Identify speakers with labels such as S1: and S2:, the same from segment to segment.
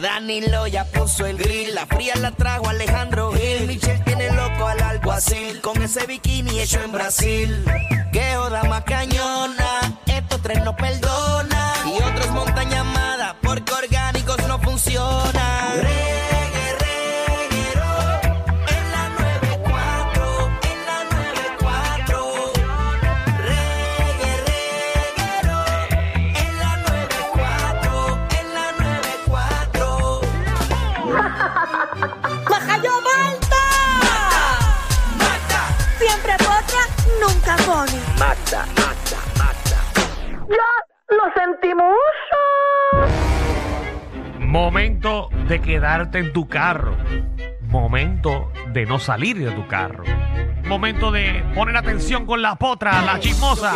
S1: Danilo ya puso el grill. La fría la trajo Alejandro Gil. Michelle tiene loco al alguacil. Con ese bikini hecho en Brasil. Qué joda más cañona. Estos tres no perdonan. Y otros montan llamada porque orgánicos no funcionan. Reggae, reguero. En la 94. En la 94. Reggae, reguero. En la 94. En la 94.
S2: ¡Majayo Malta! Siempre potra, nunca pone.
S3: Momento de quedarte en tu carro. Momento de no salir de tu carro. Momento de poner atención con la potra, la chismosa.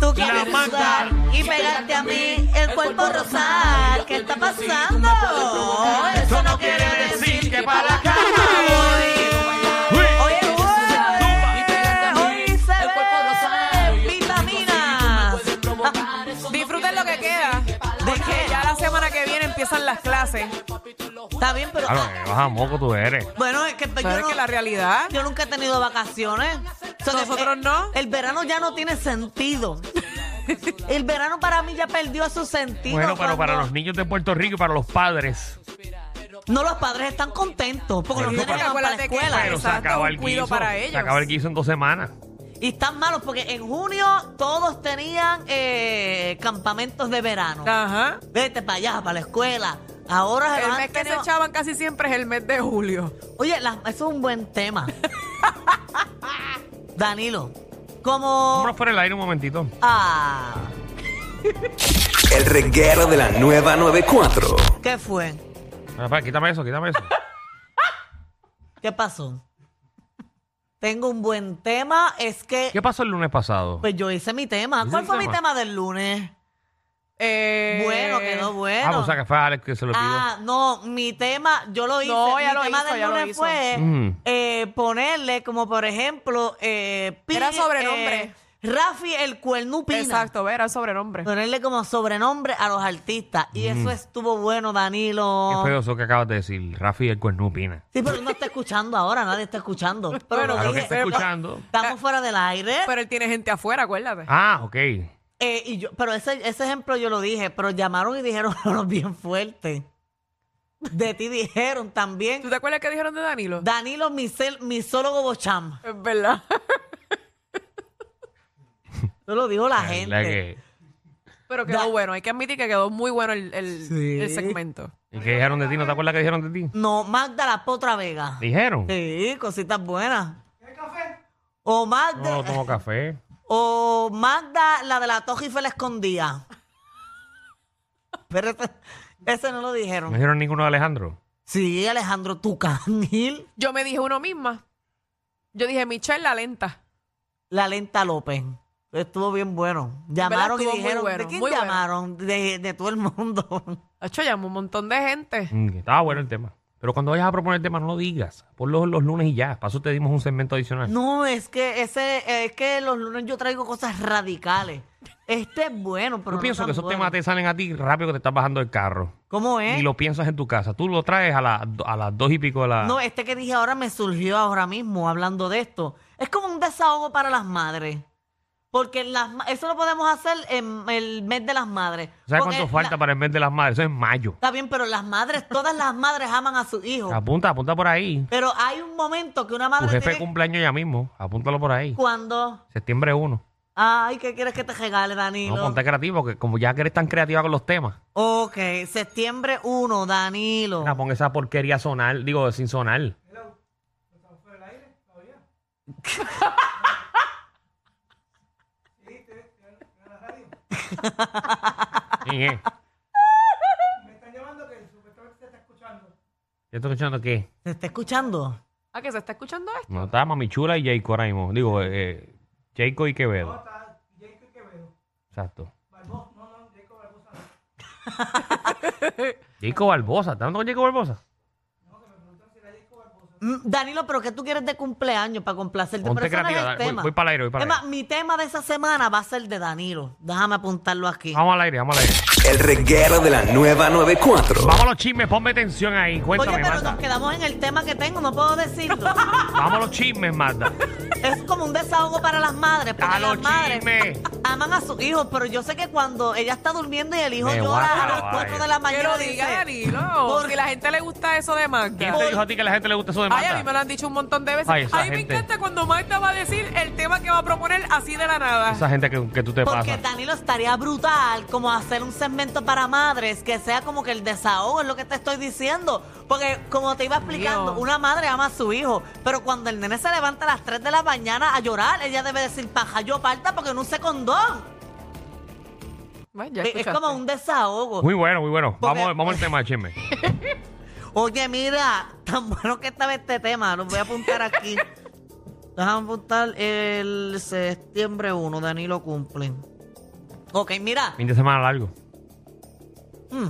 S2: Tú
S3: La
S2: quieres
S3: manga.
S2: sudar y pegarte a mí el cuerpo rosal. ¿Qué está pasando? Eso no quiere decir que para la cama Oye, oye, hoy se ve vitaminas.
S4: Disfruten lo que queda. Porque ya la semana que viene empiezan las clases.
S2: Está bien, pero...
S3: Claro, que Ah, baja moco tú eres.
S2: Bueno, es que pues, yo
S4: Pero es
S2: no-
S4: que la realidad.
S2: Yo nunca he tenido vacaciones. O sea, que
S4: Nosotros
S2: el-
S4: no.
S2: El verano ya no tiene sentido. El verano para mí ya perdió su sentido.
S3: Bueno, pero
S2: cuando-
S3: para los niños de Puerto Rico y para los padres,
S2: No, los padres están contentos porque los
S3: Bueno,
S2: niños
S3: porque
S2: van para la
S4: acuérdate que-
S2: escuela.
S3: pero se
S4: exacto,
S3: acaba
S4: un
S3: el
S4: cuido
S3: guiso.
S4: para
S3: Se
S4: ellos. Oh.
S3: acaba el guiso en dos semanas.
S2: Y están malos porque en junio todos tenían eh, campamentos de verano.
S4: Ajá.
S2: Vete para allá, para la escuela. Ahora se
S4: Ah. El
S2: van
S4: mes que se
S2: tenido-
S4: echaban casi siempre es el mes de julio.
S2: Oye, la- eso es un buen tema. Danilo, como...
S3: Vámonos fuera el aire un momentito.
S2: Ah,
S5: El reguero de la nueva 94.
S2: ¿qué fue?
S3: Ah, espera, Quítame eso, quítame eso.
S2: ¿Qué pasó? Tengo un buen tema, es que
S3: ¿Qué pasó el lunes pasado?
S2: pues yo hice mi tema.
S3: ¿Hiciste
S2: ¿Cuál
S3: el
S2: fue mi
S3: tema?
S2: tema del lunes?
S4: Eh,
S2: Bueno, quedó bueno.
S3: Ah, pues o sea que fue Alex que se lo pidió.
S2: Ah, no, mi tema, yo lo hice.
S4: No, ya
S2: mi
S4: lo
S2: tema
S4: hizo,
S2: del
S4: ya lo
S2: lunes
S4: hizo.
S2: fue
S3: Mm.
S2: eh, ponerle como por ejemplo eh, Pi-
S4: Era sobrenombre.
S2: eh, Rafi el cuernupina.
S4: Exacto, ver, el sobrenombre.
S2: Ponerle como sobrenombre a los artistas. Y
S3: Mm.
S2: eso estuvo bueno, Danilo.
S3: Qué feo eso que acabas de decir, Rafi el cuernupina.
S2: Sí, pero él no está escuchando ahora, nadie está escuchando. Pero lo
S3: A lo que
S2: dije,
S3: está escuchando.
S2: estamos fuera del aire.
S4: Pero él tiene gente afuera, acuérdate.
S3: Ah, ok.
S2: Eh, y yo, pero ese, ese ejemplo yo lo dije, pero llamaron y dijeron unos bien fuerte. De ti dijeron también.
S4: ¿Tú te acuerdas que dijeron de Danilo?
S2: Danilo Misel, misólogo Bocham.
S4: es verdad.
S2: Eso lo dijo la
S3: La verdad
S2: gente.
S3: que-
S4: Pero quedó
S2: Da-
S4: bueno. Hay que admitir que quedó muy bueno el, el-
S2: Sí.
S4: el segmento.
S3: ¿Y qué dijeron de ti? ¿No te acuerdas que dijeron de ti?
S2: No, Magda la Potra Vega.
S3: ¿Dijeron?
S2: Sí, cositas buenas. O Magda,
S3: No, tomo café.
S2: o Magda, la de la Toja Eiffel escondida. Pero ese, ese no lo
S3: ¿No
S2: dijeron.
S3: dijeron ninguno de Alejandro?
S2: Sí, Alejandro Tucanil,
S4: Yo me dije uno misma. Yo dije, Michelle, la lenta.
S2: la lenta López. Estuvo bien bueno. Llamaron y
S4: Estuvo muy
S2: dijeron,
S4: bueno,
S2: ¿de quién
S4: muy bueno.
S2: llamaron? De, de todo el mundo.
S4: hecho llamó un montón de gente.
S3: Mm, estaba bueno el tema. Pero cuando vayas a proponer el tema, no lo digas. Ponlo los lunes y ya. Paso te dimos un segmento adicional.
S2: No, es que ese, eh, es que los lunes yo traigo cosas radicales. Este es bueno, pero
S3: Yo
S2: no
S3: pienso
S2: tan
S3: que esos
S2: bueno. ¿Eh?
S3: temas te salen a ti rápido que te estás bajando del carro.
S2: ¿Cómo
S3: Y
S2: es?
S3: lo piensas en tu casa. Tú lo traes a, la- a las dos y pico de la...
S2: No, este que dije ahora me surgió ahora mismo hablando de esto. Es como un desahogo para las madres. Porque las, ma- eso lo podemos hacer en el mes de las madres.
S3: ¿Sabes
S2: Porque
S3: cuánto
S2: la-
S3: falta para el mes de las madres? Eso es mayo.
S2: Está bien, pero las madres, todas las madres aman a su hijo.
S3: Apunta, apunta por ahí.
S2: Pero hay un momento que una
S3: Tu
S2: madre
S3: jefe
S2: tiene-
S3: cumpleaños ya mismo. Apúntalo por ahí.
S2: cuando,
S3: Septiembre 1.
S2: ay, ¿qué quieres que te regale, Danilo?
S3: No, ponte creativo, porque como ya que eres tan creativa con los temas,
S2: Ok, septiembre 1, Danilo.
S3: mira, pon esa porquería sonar, digo, sin sonar. ¿Quién es? Me están llamando que supuestamente se está escuchando. ¿Yo estoy escuchando qué?
S2: ¿Se está escuchando?
S4: ¿A Ah, que se está escuchando esto?
S3: No, estaba Mami Chula y Jayco ahora mismo. Digo, eh, Jayco y Quevedo. No, está y Quevedo. Exacto. Barbosa, no, no, Jayco Barbosa. Jayco Barbosa, ¿estás hablando con Jayco Barbosa?
S2: Mm, Danilo, pero ¿qué tú quieres de cumpleaños para complacerte?
S3: Ponte
S2: Pero ese no es
S3: creativa,
S2: el
S3: dale, voy-
S2: tema.
S3: voy para el aire, voy para el
S2: Es más, mi tema de esa semana va a ser de Danilo. Déjame apuntarlo aquí.
S3: Vamos al aire, vamos al aire.
S5: El reguero de la nueva 94.
S3: Vamos a los chismes, ponme tensión ahí.
S2: Oye,
S3: Cuéntame,
S2: pero
S3: Magda.
S2: nos quedamos en el tema que tengo, no puedo decirlo.
S3: Vamos a los chismes, Magda.
S2: es como un desahogo para las madres, porque
S3: A
S2: las
S3: los
S2: madres
S3: chismes.
S2: aman a sus hijos, pero yo sé que cuando ella está durmiendo y el hijo
S3: Me voy
S2: llora
S3: a
S2: a las
S3: acabar.
S2: 4 de la
S4: Que
S2: mañana,
S4: lo diga
S2: dice,
S4: Danilo.
S2: Por-
S4: Si la gente le gusta eso de
S3: ¿Quién
S4: Magda.
S3: te dijo a ti que la gente le gusta eso de
S4: Ay, a mí me
S3: Magda?
S4: lo han dicho un montón de veces.
S3: Ay, esa
S4: a mí me
S3: gente.
S4: encanta cuando Magda va a decir el tema que va a proponer así de la nada.
S3: Esa gente que, que tú te
S2: porque
S3: pasas.
S2: Danilo estaría brutal como hacer un segmento para madres que sea como que el desahogo, es lo que te estoy diciendo. Porque como te iba explicando,
S4: Dios.
S2: una madre ama a su hijo, pero cuando el nene se levanta a las 3 de la mañana a llorar, ella debe decir, paja, yo parta porque no usé condón.
S4: Bueno, ya
S2: Es- Es
S4: escuchaste.
S2: como un desahogo.
S3: Muy bueno, muy bueno.
S2: Porque-
S3: Vamos, vamos al tema de chisme.
S2: Oye, mira, tan bueno que estaba este tema, lo voy a apuntar aquí. Déjame apuntar el septiembre 1, Danilo cumple. Ok, mira.
S3: Fin de semana largo.
S2: mm,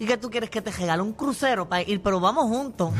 S2: ¿Y qué tú quieres que te regale un crucero para ir? Pero vamos juntos,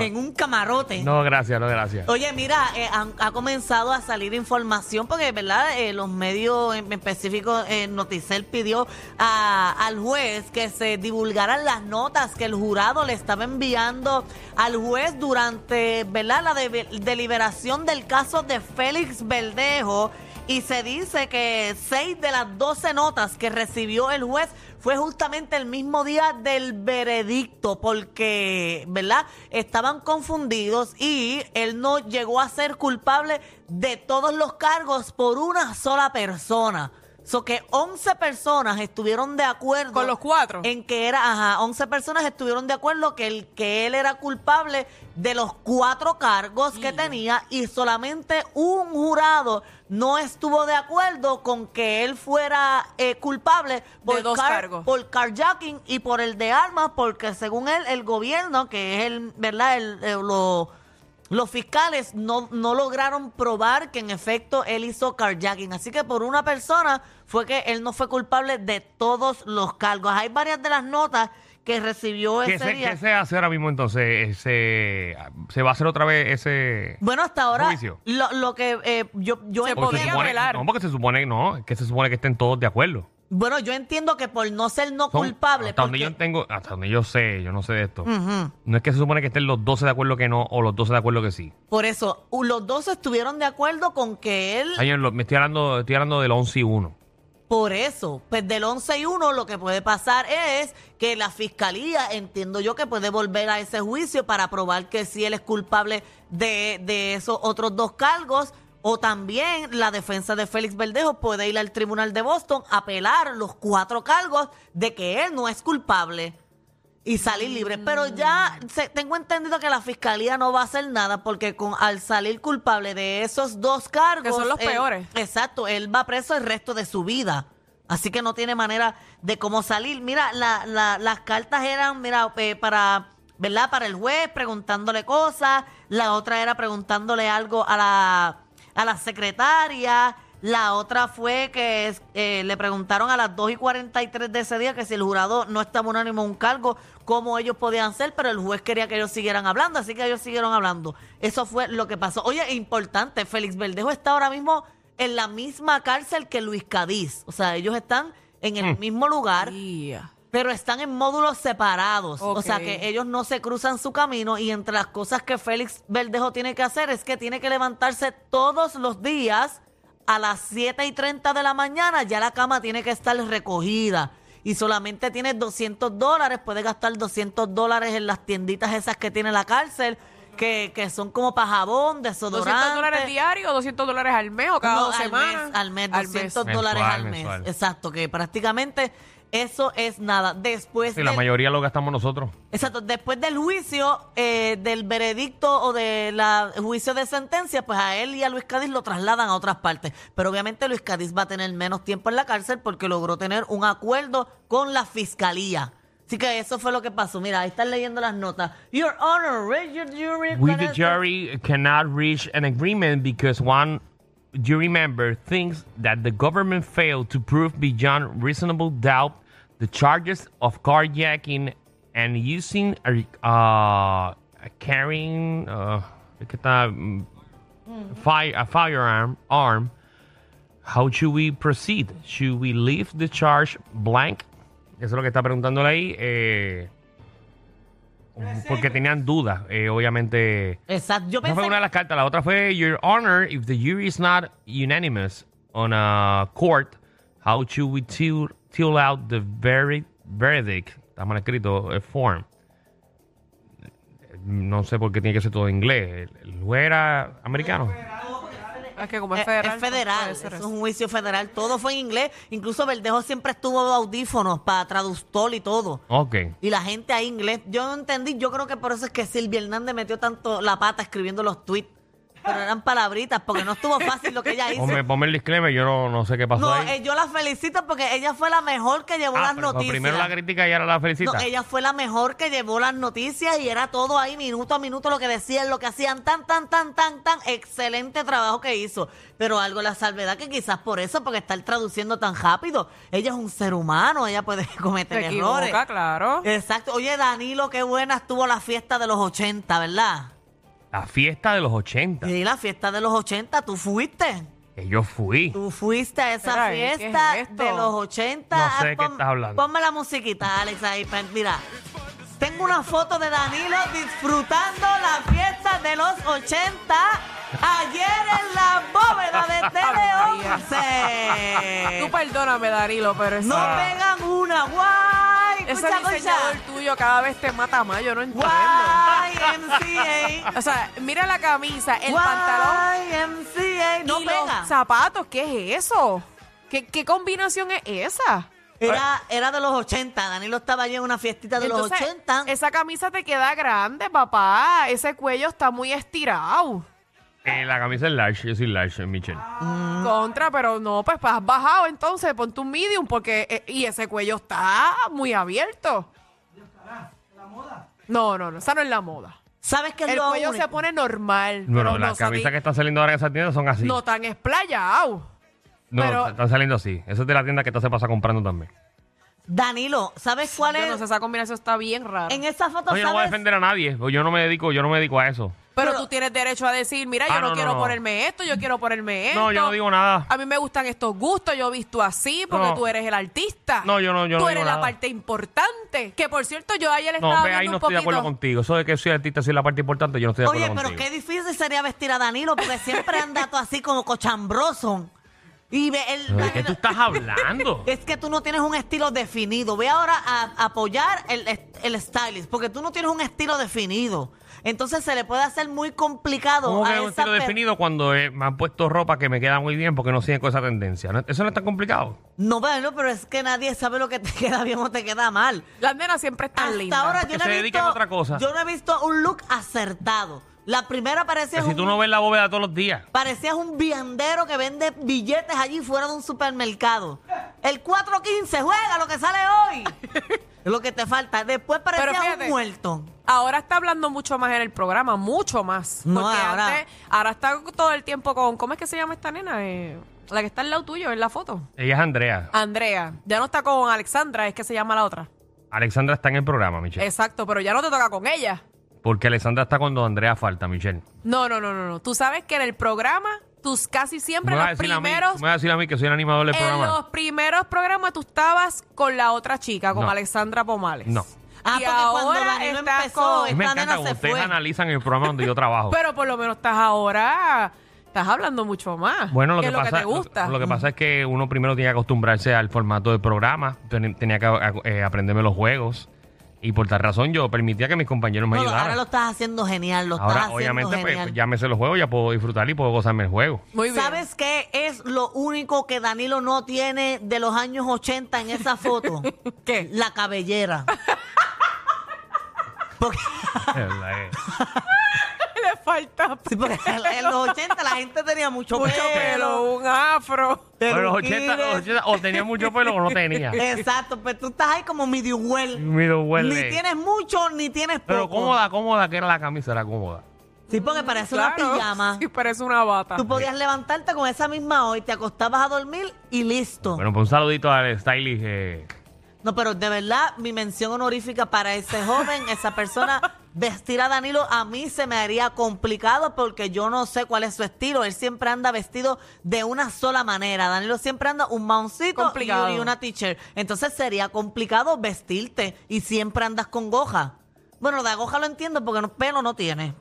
S2: en un camarote.
S3: No, gracias, no, gracias.
S2: Oye, mira, eh, han- ha comenzado a salir información porque, ¿verdad? Eh, los medios en específico, eh, Noticel pidió a- al juez que se divulgaran las notas que el jurado le estaba enviando al juez durante, ¿verdad? La de- deliberación del caso de Félix Verdejo. Y se dice que seis de las 12 notas que recibió el juez fue justamente el mismo día del veredicto, porque, ¿verdad? Estaban confundidos y él no llegó a ser culpable de todos los cargos por una sola persona. So que 11 personas estuvieron de acuerdo.
S4: Con los cuatro.
S2: En que era, ajá, 11 personas estuvieron de acuerdo que, el, que él era culpable de los cuatro cargos que tenía y solamente un jurado no estuvo de acuerdo con que él fuera eh, culpable por,
S4: dos cargos.
S2: por carjacking y por el de armas, porque según él, el gobierno, que es el, ¿verdad? El, eh, lo- los fiscales no, no lograron probar que en efecto él hizo carjacking. Así que por una persona fue que él no fue culpable de todos los cargos. Hay varias de las notas que recibió
S3: ¿Qué
S2: ese
S3: se,
S2: día.
S3: qué se hace ahora mismo entonces? ¿Se, se va a hacer otra vez ese...?
S2: Bueno, hasta ahora
S3: Juicio.
S2: lo, lo que eh, yo, yo
S4: Se
S2: entiendo-
S4: podría
S3: supone,
S4: apelar.
S3: no, porque se supone, no, que se supone que estén todos de acuerdo.
S2: bueno, yo entiendo que por no ser no
S3: Son-
S2: culpable.
S3: Hasta donde
S2: porque-
S3: yo tengo, hasta donde yo sé, yo no sé de esto.
S2: Ujú.
S3: No es que se supone que estén los 12 de acuerdo que no o los 12 de acuerdo que sí.
S2: Por eso, u- los dos estuvieron de acuerdo con que él,
S3: Ay, lo- me estoy hablando, estoy hablando del 11 y 1.
S2: por eso, pues del 11 y 1 lo que puede pasar es que la fiscalía, entiendo yo, que puede volver a ese juicio para probar que sí él es culpable de, de esos otros dos cargos. O también la defensa de Félix Verdejo puede ir al tribunal de Boston a apelar los cuatro cargos de que él no es culpable. y salir libre. Pero ya se- tengo entendido que la fiscalía no va a hacer nada porque con al salir culpable de esos dos cargos. eh,
S4: Que son los
S2: él-
S4: peores.
S2: Exacto, él va preso el resto de su vida. Así que no tiene manera de cómo salir. Mira, la- la- las cartas eran, mira, eh, para. ¿Verdad? Para el juez, preguntándole cosas. La otra era preguntándole algo a la, a la secretaria. La otra fue que es- eh, le preguntaron a las 2 y 43 de ese día que si el jurado no estaba unánimo en un cargo, cómo ellos podían ser, pero el juez quería que ellos siguieran hablando, así que ellos siguieron hablando. Eso fue lo que pasó. Oye, importante, Félix Verdejo está ahora mismo en la misma cárcel que Luis Cadiz. O sea, ellos están en el mismo lugar,
S4: Ya.
S2: pero están en módulos separados. O sea
S4: Ok.
S2: que ellos no se cruzan su camino y entre las cosas que Félix Verdejo tiene que hacer es que tiene que levantarse todos los días a las 7 y 30 de la mañana. Ya la cama tiene que estar recogida. Y solamente tiene 200 dólares, puede gastar 200 dólares en las tienditas esas que tiene la cárcel, que, que son como para jabón, desodorante.
S4: 200 dólares diarios, 200 dólares al mes o cada
S2: No,
S4: dos
S2: al
S4: semanas.
S2: mes, al mes, 200
S3: mes.
S2: dólares
S3: Mensual,
S2: al mes.
S3: mensual.
S2: Exacto, que prácticamente eso es nada. Después
S3: Sí, la
S2: del-
S3: mayoría lo gastamos nosotros.
S2: Exacto, después del juicio, eh, del veredicto o de la juicio de sentencia, pues a él y a Luis Cádiz lo trasladan a otras partes. Pero obviamente Luis Cádiz va a tener menos tiempo en la cárcel porque logró tener un acuerdo con la fiscalía. Así que eso fue lo que pasó. Mira, ahí están leyendo las notas. Your Honor, read your jury.
S3: We the jury cannot reach an agreement because one jury member thinks that the government failed to prove beyond reasonable doubt the charges of carjacking and using a, uh, carrying, uh, es que está, mm, fi- a firearm, arm. How should we proceed? Should we leave the charge blank? Eso es lo que está preguntándole ahí. eh, porque tenían dudas, eh, obviamente.
S2: Exacto. Yo
S3: Esa
S2: pensé
S3: fue una de las cartas. La otra fue Your Honor, if the jury is not unanimous on a court, how should we till, till out the very verdict? Está mal escrito, eh, form. No sé por qué tiene que ser todo en inglés. El- El juez era americano.
S4: Es que como
S2: Eh, Es
S4: es federal.
S2: federal,
S4: pues, puede
S2: eso
S4: ser
S2: es
S4: eso.
S2: un juicio federal, todo fue en inglés, incluso Verdejo siempre estuvo de audífonos para traductor y todo.
S3: Ok.
S2: Y la gente ahí inglés, yo no entendí, yo creo que por eso es que Silvia Hernández metió tanto la pata escribiendo los tweets, pero eran palabritas, porque no estuvo fácil lo que ella hizo.
S3: Ponme, ponme el disclaimer, yo no, no sé qué pasó
S2: no,
S3: ahí.
S2: eh, yo la felicito porque ella fue la mejor que llevó
S3: Ah,
S2: las
S3: pero
S2: noticias.
S3: primero la crítica y ahora la felicita.
S2: No, ella fue la mejor que llevó las noticias y era todo ahí minuto a minuto lo que decían, lo que hacían, tan, tan, tan, tan, tan excelente trabajo que hizo. Pero algo la salvedad que quizás por eso, porque estar traduciendo tan rápido, ella es un ser humano, ella puede cometer
S4: Se
S2: errores.
S4: equivoca, claro.
S2: Exacto. Oye, Danilo, qué buena estuvo la fiesta de los 80, ¿verdad?
S3: La fiesta de los 80.
S2: Sí, la fiesta de los 80, tú fuiste.
S3: Que yo fui.
S2: Tú fuiste a esa
S4: Espera, ¿qué es
S2: fiesta
S4: esto?
S2: de los 80.
S3: No sé de
S2: Ah,
S3: qué estás hablando.
S2: Ponme la musiquita, Alex, ahí. pa- Mira, tengo una foto de Danilo disfrutando la fiesta de los 80 ayer en la bóveda de
S4: Tú
S2: Tele 11.
S4: perdóname, Darilo, pero
S2: Eh, No
S3: Ah.
S4: esa,
S2: pegan una, guay.
S4: ese
S2: Escucha, escucha.
S4: diseñador tuyo cada vez te mata más, yo no entiendo.
S2: Guay, MCA.
S4: O sea, mira la camisa, el pantalón
S2: Guay, MCA. No
S4: y
S2: pega.
S4: los zapatos. ¿Qué es eso? ¿Qué, qué combinación es esa?
S2: Era, era de los 80. Danilo estaba allí en una fiestita de
S4: Entonces,
S2: los 80.
S4: Esa camisa te queda grande, papá. Ese cuello está muy estirado.
S3: Eh, la camisa es large, yo soy large, Michelle.
S2: Ah,
S4: Contra, pero no, pues has bajado entonces, ponte un medium porque eh, y ese cuello está muy abierto. No, no, no, esa no es la moda.
S2: ¿Sabes qué es
S4: El
S2: lo
S4: cuello
S2: único?
S4: se pone normal.
S3: Bueno,
S4: pero
S3: las
S4: no,
S3: camisas
S4: sati-
S3: que están saliendo ahora en esas tiendas son así.
S4: no tan esplayado.
S3: No,
S4: Pero-
S3: están saliendo así. Esa es de la tienda que tú se pasa comprando también.
S2: Danilo, ¿sabes cuál
S4: Yo
S2: es?
S4: no sé, esa combinación está bien rara.
S2: En esa foto,
S3: No, yo no voy a
S2: ¿sabes?
S3: defender a nadie. porque Yo no me dedico, yo no me dedico a eso.
S4: pero,
S2: pero-
S4: tú tienes derecho a decir, mira,
S3: Ah,
S4: yo no,
S3: no, no,
S4: quiero
S3: no.
S4: ponerme esto, yo quiero ponerme esto.
S3: No, yo no digo nada.
S4: A mí me gustan estos gustos, yo visto así porque
S3: No.
S4: tú eres el artista.
S3: No, yo no- yo
S4: Tú
S3: no
S4: eres
S3: digo
S4: la
S3: nada.
S4: parte importante. Que por cierto, yo ayer
S3: No,
S4: estaba
S3: ve,
S4: viendo
S3: ahí no
S4: un
S3: estoy de
S4: poquito.
S3: acuerdo contigo. Eso de que soy artista, soy la parte importante, yo no estoy de acuerdo
S2: Oye, pero
S3: contigo.
S2: qué difícil sería vestir a Danilo porque siempre anda todo así como cochambroso. Y ve, él-
S3: ¿De qué tú estás hablando?
S2: Es que tú no tienes un estilo definido. Ve ahora a apoyar el, el stylist, porque tú no tienes un estilo definido. Entonces se le puede hacer muy complicado
S3: ¿Cómo
S2: a
S3: que es un
S2: esa
S3: estilo
S2: per-
S3: definido cuando eh, me han puesto ropa que me queda muy bien porque no siguen con esa tendencia? ¿No? Eso no es tan complicado.
S2: No, bueno, pero es que nadie sabe lo que te queda bien o te queda mal.
S4: Las nenas siempre están
S2: Hasta
S4: lindas.
S2: ahora
S3: porque
S2: yo no,
S3: se
S2: he
S3: dedican
S2: visto,
S3: a otra cosa.
S2: yo no he visto un look acertado. La primera parecía
S3: Pero si
S2: un,
S3: tú no ves la bóveda todos los días.
S2: parecías un viandero que vende billetes allí fuera de un supermercado. El 415, juega lo que sale hoy. Es lo que te falta. Después parecías
S4: fíjate.
S2: un muerto.
S4: Ahora está hablando mucho más en el programa, mucho más.
S2: No,
S4: porque
S2: ahora-
S4: antes, ahora está todo el tiempo con. ¿Cómo es que se llama esta nena? Eh, la que está al lado tuyo en la foto.
S3: Ella es Andrea.
S4: Andrea. Ya no está con Alexandra, es que se llama la otra.
S3: Alexandra está en el programa, Michelle.
S4: Exacto, pero ya no te toca con ella.
S3: Porque Alexandra está cuando Andrea falta, Michelle.
S4: No, no, no, no, no. Tú sabes que en el programa, tú casi
S3: ¿Tú
S4: siempre
S3: me, vas a
S4: los
S3: decir a mí,
S4: primeros.
S3: tú me vas a decir a mí que soy el animador del
S4: en
S3: programa.
S4: los primeros programas tú estabas con la otra chica, con
S3: No.
S4: Alexandra Pomales.
S3: No.
S2: Ah,
S4: y
S2: porque cuando
S4: ahora
S2: Danilo
S4: estás
S2: empezó,
S4: con-
S3: A mí me
S2: Esta nena
S3: encanta cuando
S2: se
S3: ustedes
S2: fue.
S3: analizan el programa donde yo trabajo.
S4: Pero por lo menos estás ahora. Estás hablando mucho más.
S3: bueno, lo que,
S4: es
S3: pasa,
S4: lo que te gusta.
S3: Lo, que pasa es que uno primero tenía que acostumbrarse al formato del programa, ten- tenía que a- eh, aprenderme los juegos y por tal razón yo permitía que mis compañeros me
S2: No,
S3: ayudaran.
S2: ahora lo estás haciendo genial, lo
S3: Ahora,
S2: estás haciendo
S3: obviamente, pues,
S2: genial.
S3: ya me sé los juegos, ya puedo disfrutar y puedo gozarme el juego.
S4: Muy bien.
S2: ¿Sabes qué es lo único que Danilo no tiene de los años 80 en esa foto?
S4: ¿Qué?
S2: La cabellera. Porque,
S4: Le falta
S2: sí, porque en los 80 la gente tenía mucho,
S4: mucho pelo,
S2: pelo.
S4: un afro.
S3: Pero los
S2: peluquines.
S3: 80, los 80 o tenía mucho pelo o no tenía.
S2: Exacto, pero tú estás ahí como medio well.
S3: Mira, huele.
S2: Ni tienes mucho ni tienes poco.
S3: Pero cómoda, cómoda que era la camisa, era cómoda.
S2: Sí, porque parece
S4: Claro,
S2: una pijama.
S4: Sí, parece una bata.
S2: Tú podías levantarte con esa misma hoy, te acostabas a dormir y listo.
S3: Bueno, pues un saludito al stylist. eh,
S2: No, pero de verdad, mi mención honorífica para ese joven, esa persona vestir a Danilo a mí se me haría complicado porque yo no sé cuál es su estilo. Él siempre anda vestido de una sola manera. Danilo siempre anda un mouncito y,
S4: Complicado.
S2: y una teacher. Entonces sería complicado vestirte y siempre andas con goja. Bueno, lo de goja lo entiendo porque no, pelo no tiene.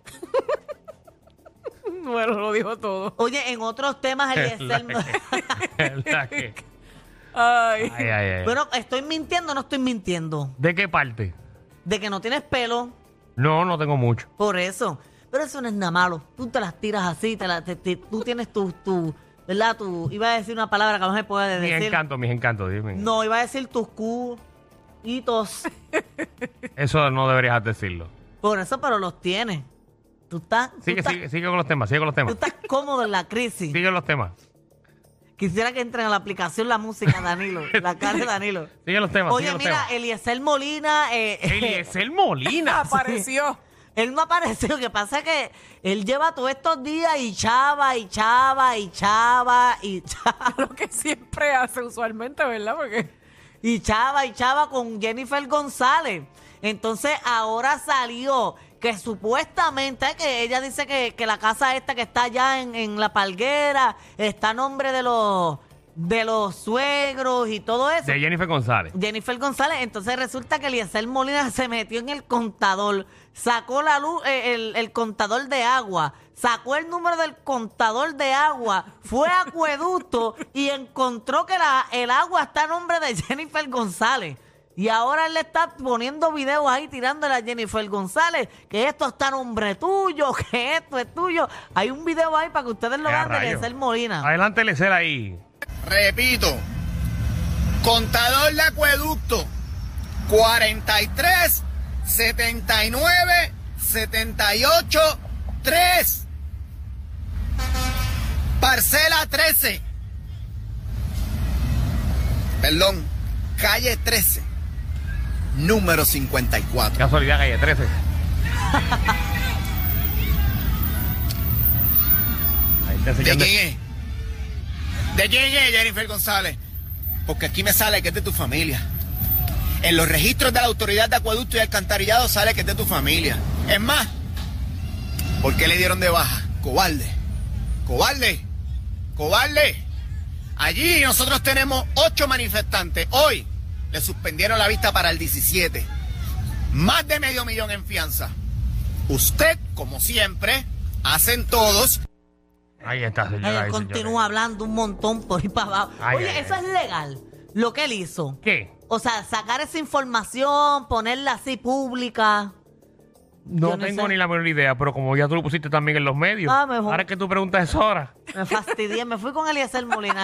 S4: Bueno, lo dijo todo.
S2: Oye, en otros temas, Eliezer...
S3: La que-
S4: Ay.
S3: ay, ay, ay.
S2: bueno, ¿estoy mintiendo o no estoy mintiendo?
S3: ¿De qué parte?
S2: De que no tienes pelo,
S3: No, no tengo mucho.
S2: por eso. Pero eso no es nada malo. Tú te las tiras así, te la- te- te- tú tienes tu, tu, ¿verdad? Tu, iba a decir una palabra que no se puede
S3: Mis
S2: decir.
S3: encantos, mis encantos, dime.
S2: No, iba a decir tus cuitos.
S3: Eso no deberías decirlo.
S2: Por eso, pero los tienes. Tú estás, tú
S3: Sigue,
S2: estás,
S3: sigue, sigue con los temas, sigue con los
S2: tú
S3: temas.
S2: estás cómodo en la crisis.
S3: Sigue los temas.
S2: Quisiera que entren a la aplicación la música, Danilo. la cara de Danilo.
S3: Sigue los temas.
S2: Oye,
S3: sigue los
S2: mira, Eliezer Molina... eh,
S3: temas. Eliezer Molina.
S4: Apareció.
S2: Él no apareció. Lo que pasa es que él lleva todos estos días y chava, y chava, y chava, y chava,
S4: Lo que siempre hace usualmente, ¿verdad? Porque
S2: y chava, y chava con Jennifer González. Entonces ahora salió que supuestamente, que ella dice que, que la casa esta que está allá en, en La Palguera está a nombre de los, de los suegros y todo eso.
S3: De Jennifer González.
S2: Jennifer González, entonces resulta que Eliezer Molina se metió en el contador, sacó la luz, eh, el, el contador de agua, sacó el número del contador de agua, fue a acueducto y encontró que la- el agua está a nombre de Jennifer González. Y ahora él le está poniendo videos ahí tirándole a Jennifer González, que esto está a nombre tuyo, que esto es tuyo. Hay un video ahí para que ustedes lo
S3: Eh,
S2: vean de
S3: rayo.
S2: Eliezer Molina.
S3: Adelante, Eliezer ahí.
S6: Repito, contador de acueducto 43 79 78 3 parcela 13 perdón, calle 13 número 54
S3: Casualidad, calle 13. Ahí está
S6: ¿De
S3: enseñando.
S6: quién es? ¿De quién es Jennifer González? Porque aquí me sale que es de tu familia. En los registros de la Autoridad de Acueducto y Alcantarillado sale que es de tu familia. Es más, ¿por qué le dieron de baja? Cobarde. Cobarde. Cobarde. Allí nosotros tenemos ocho manifestantes. Hoy le suspendieron la vista para el 17. Más de medio millón en fianza. Usted, como siempre, hacen todos
S3: Ahí está,
S2: Ay,
S3: señora.
S2: él
S3: ahí,
S2: continúa
S3: señora.
S2: hablando un montón por ahí para abajo.
S3: Ay,
S2: Oye,
S3: ay,
S2: eso
S3: ay.
S2: es legal, lo que él hizo.
S3: ¿Qué?
S2: O sea, sacar esa información, ponerla así pública.
S3: No
S2: Yo no
S3: tengo
S2: sé.
S3: ni la menor idea, pero como ya tú lo pusiste también en los medios.
S2: Ah, mejor.
S3: Ahora es que tú preguntas eso ahora.
S2: Me fastidié, me fui con Eliezer Molina.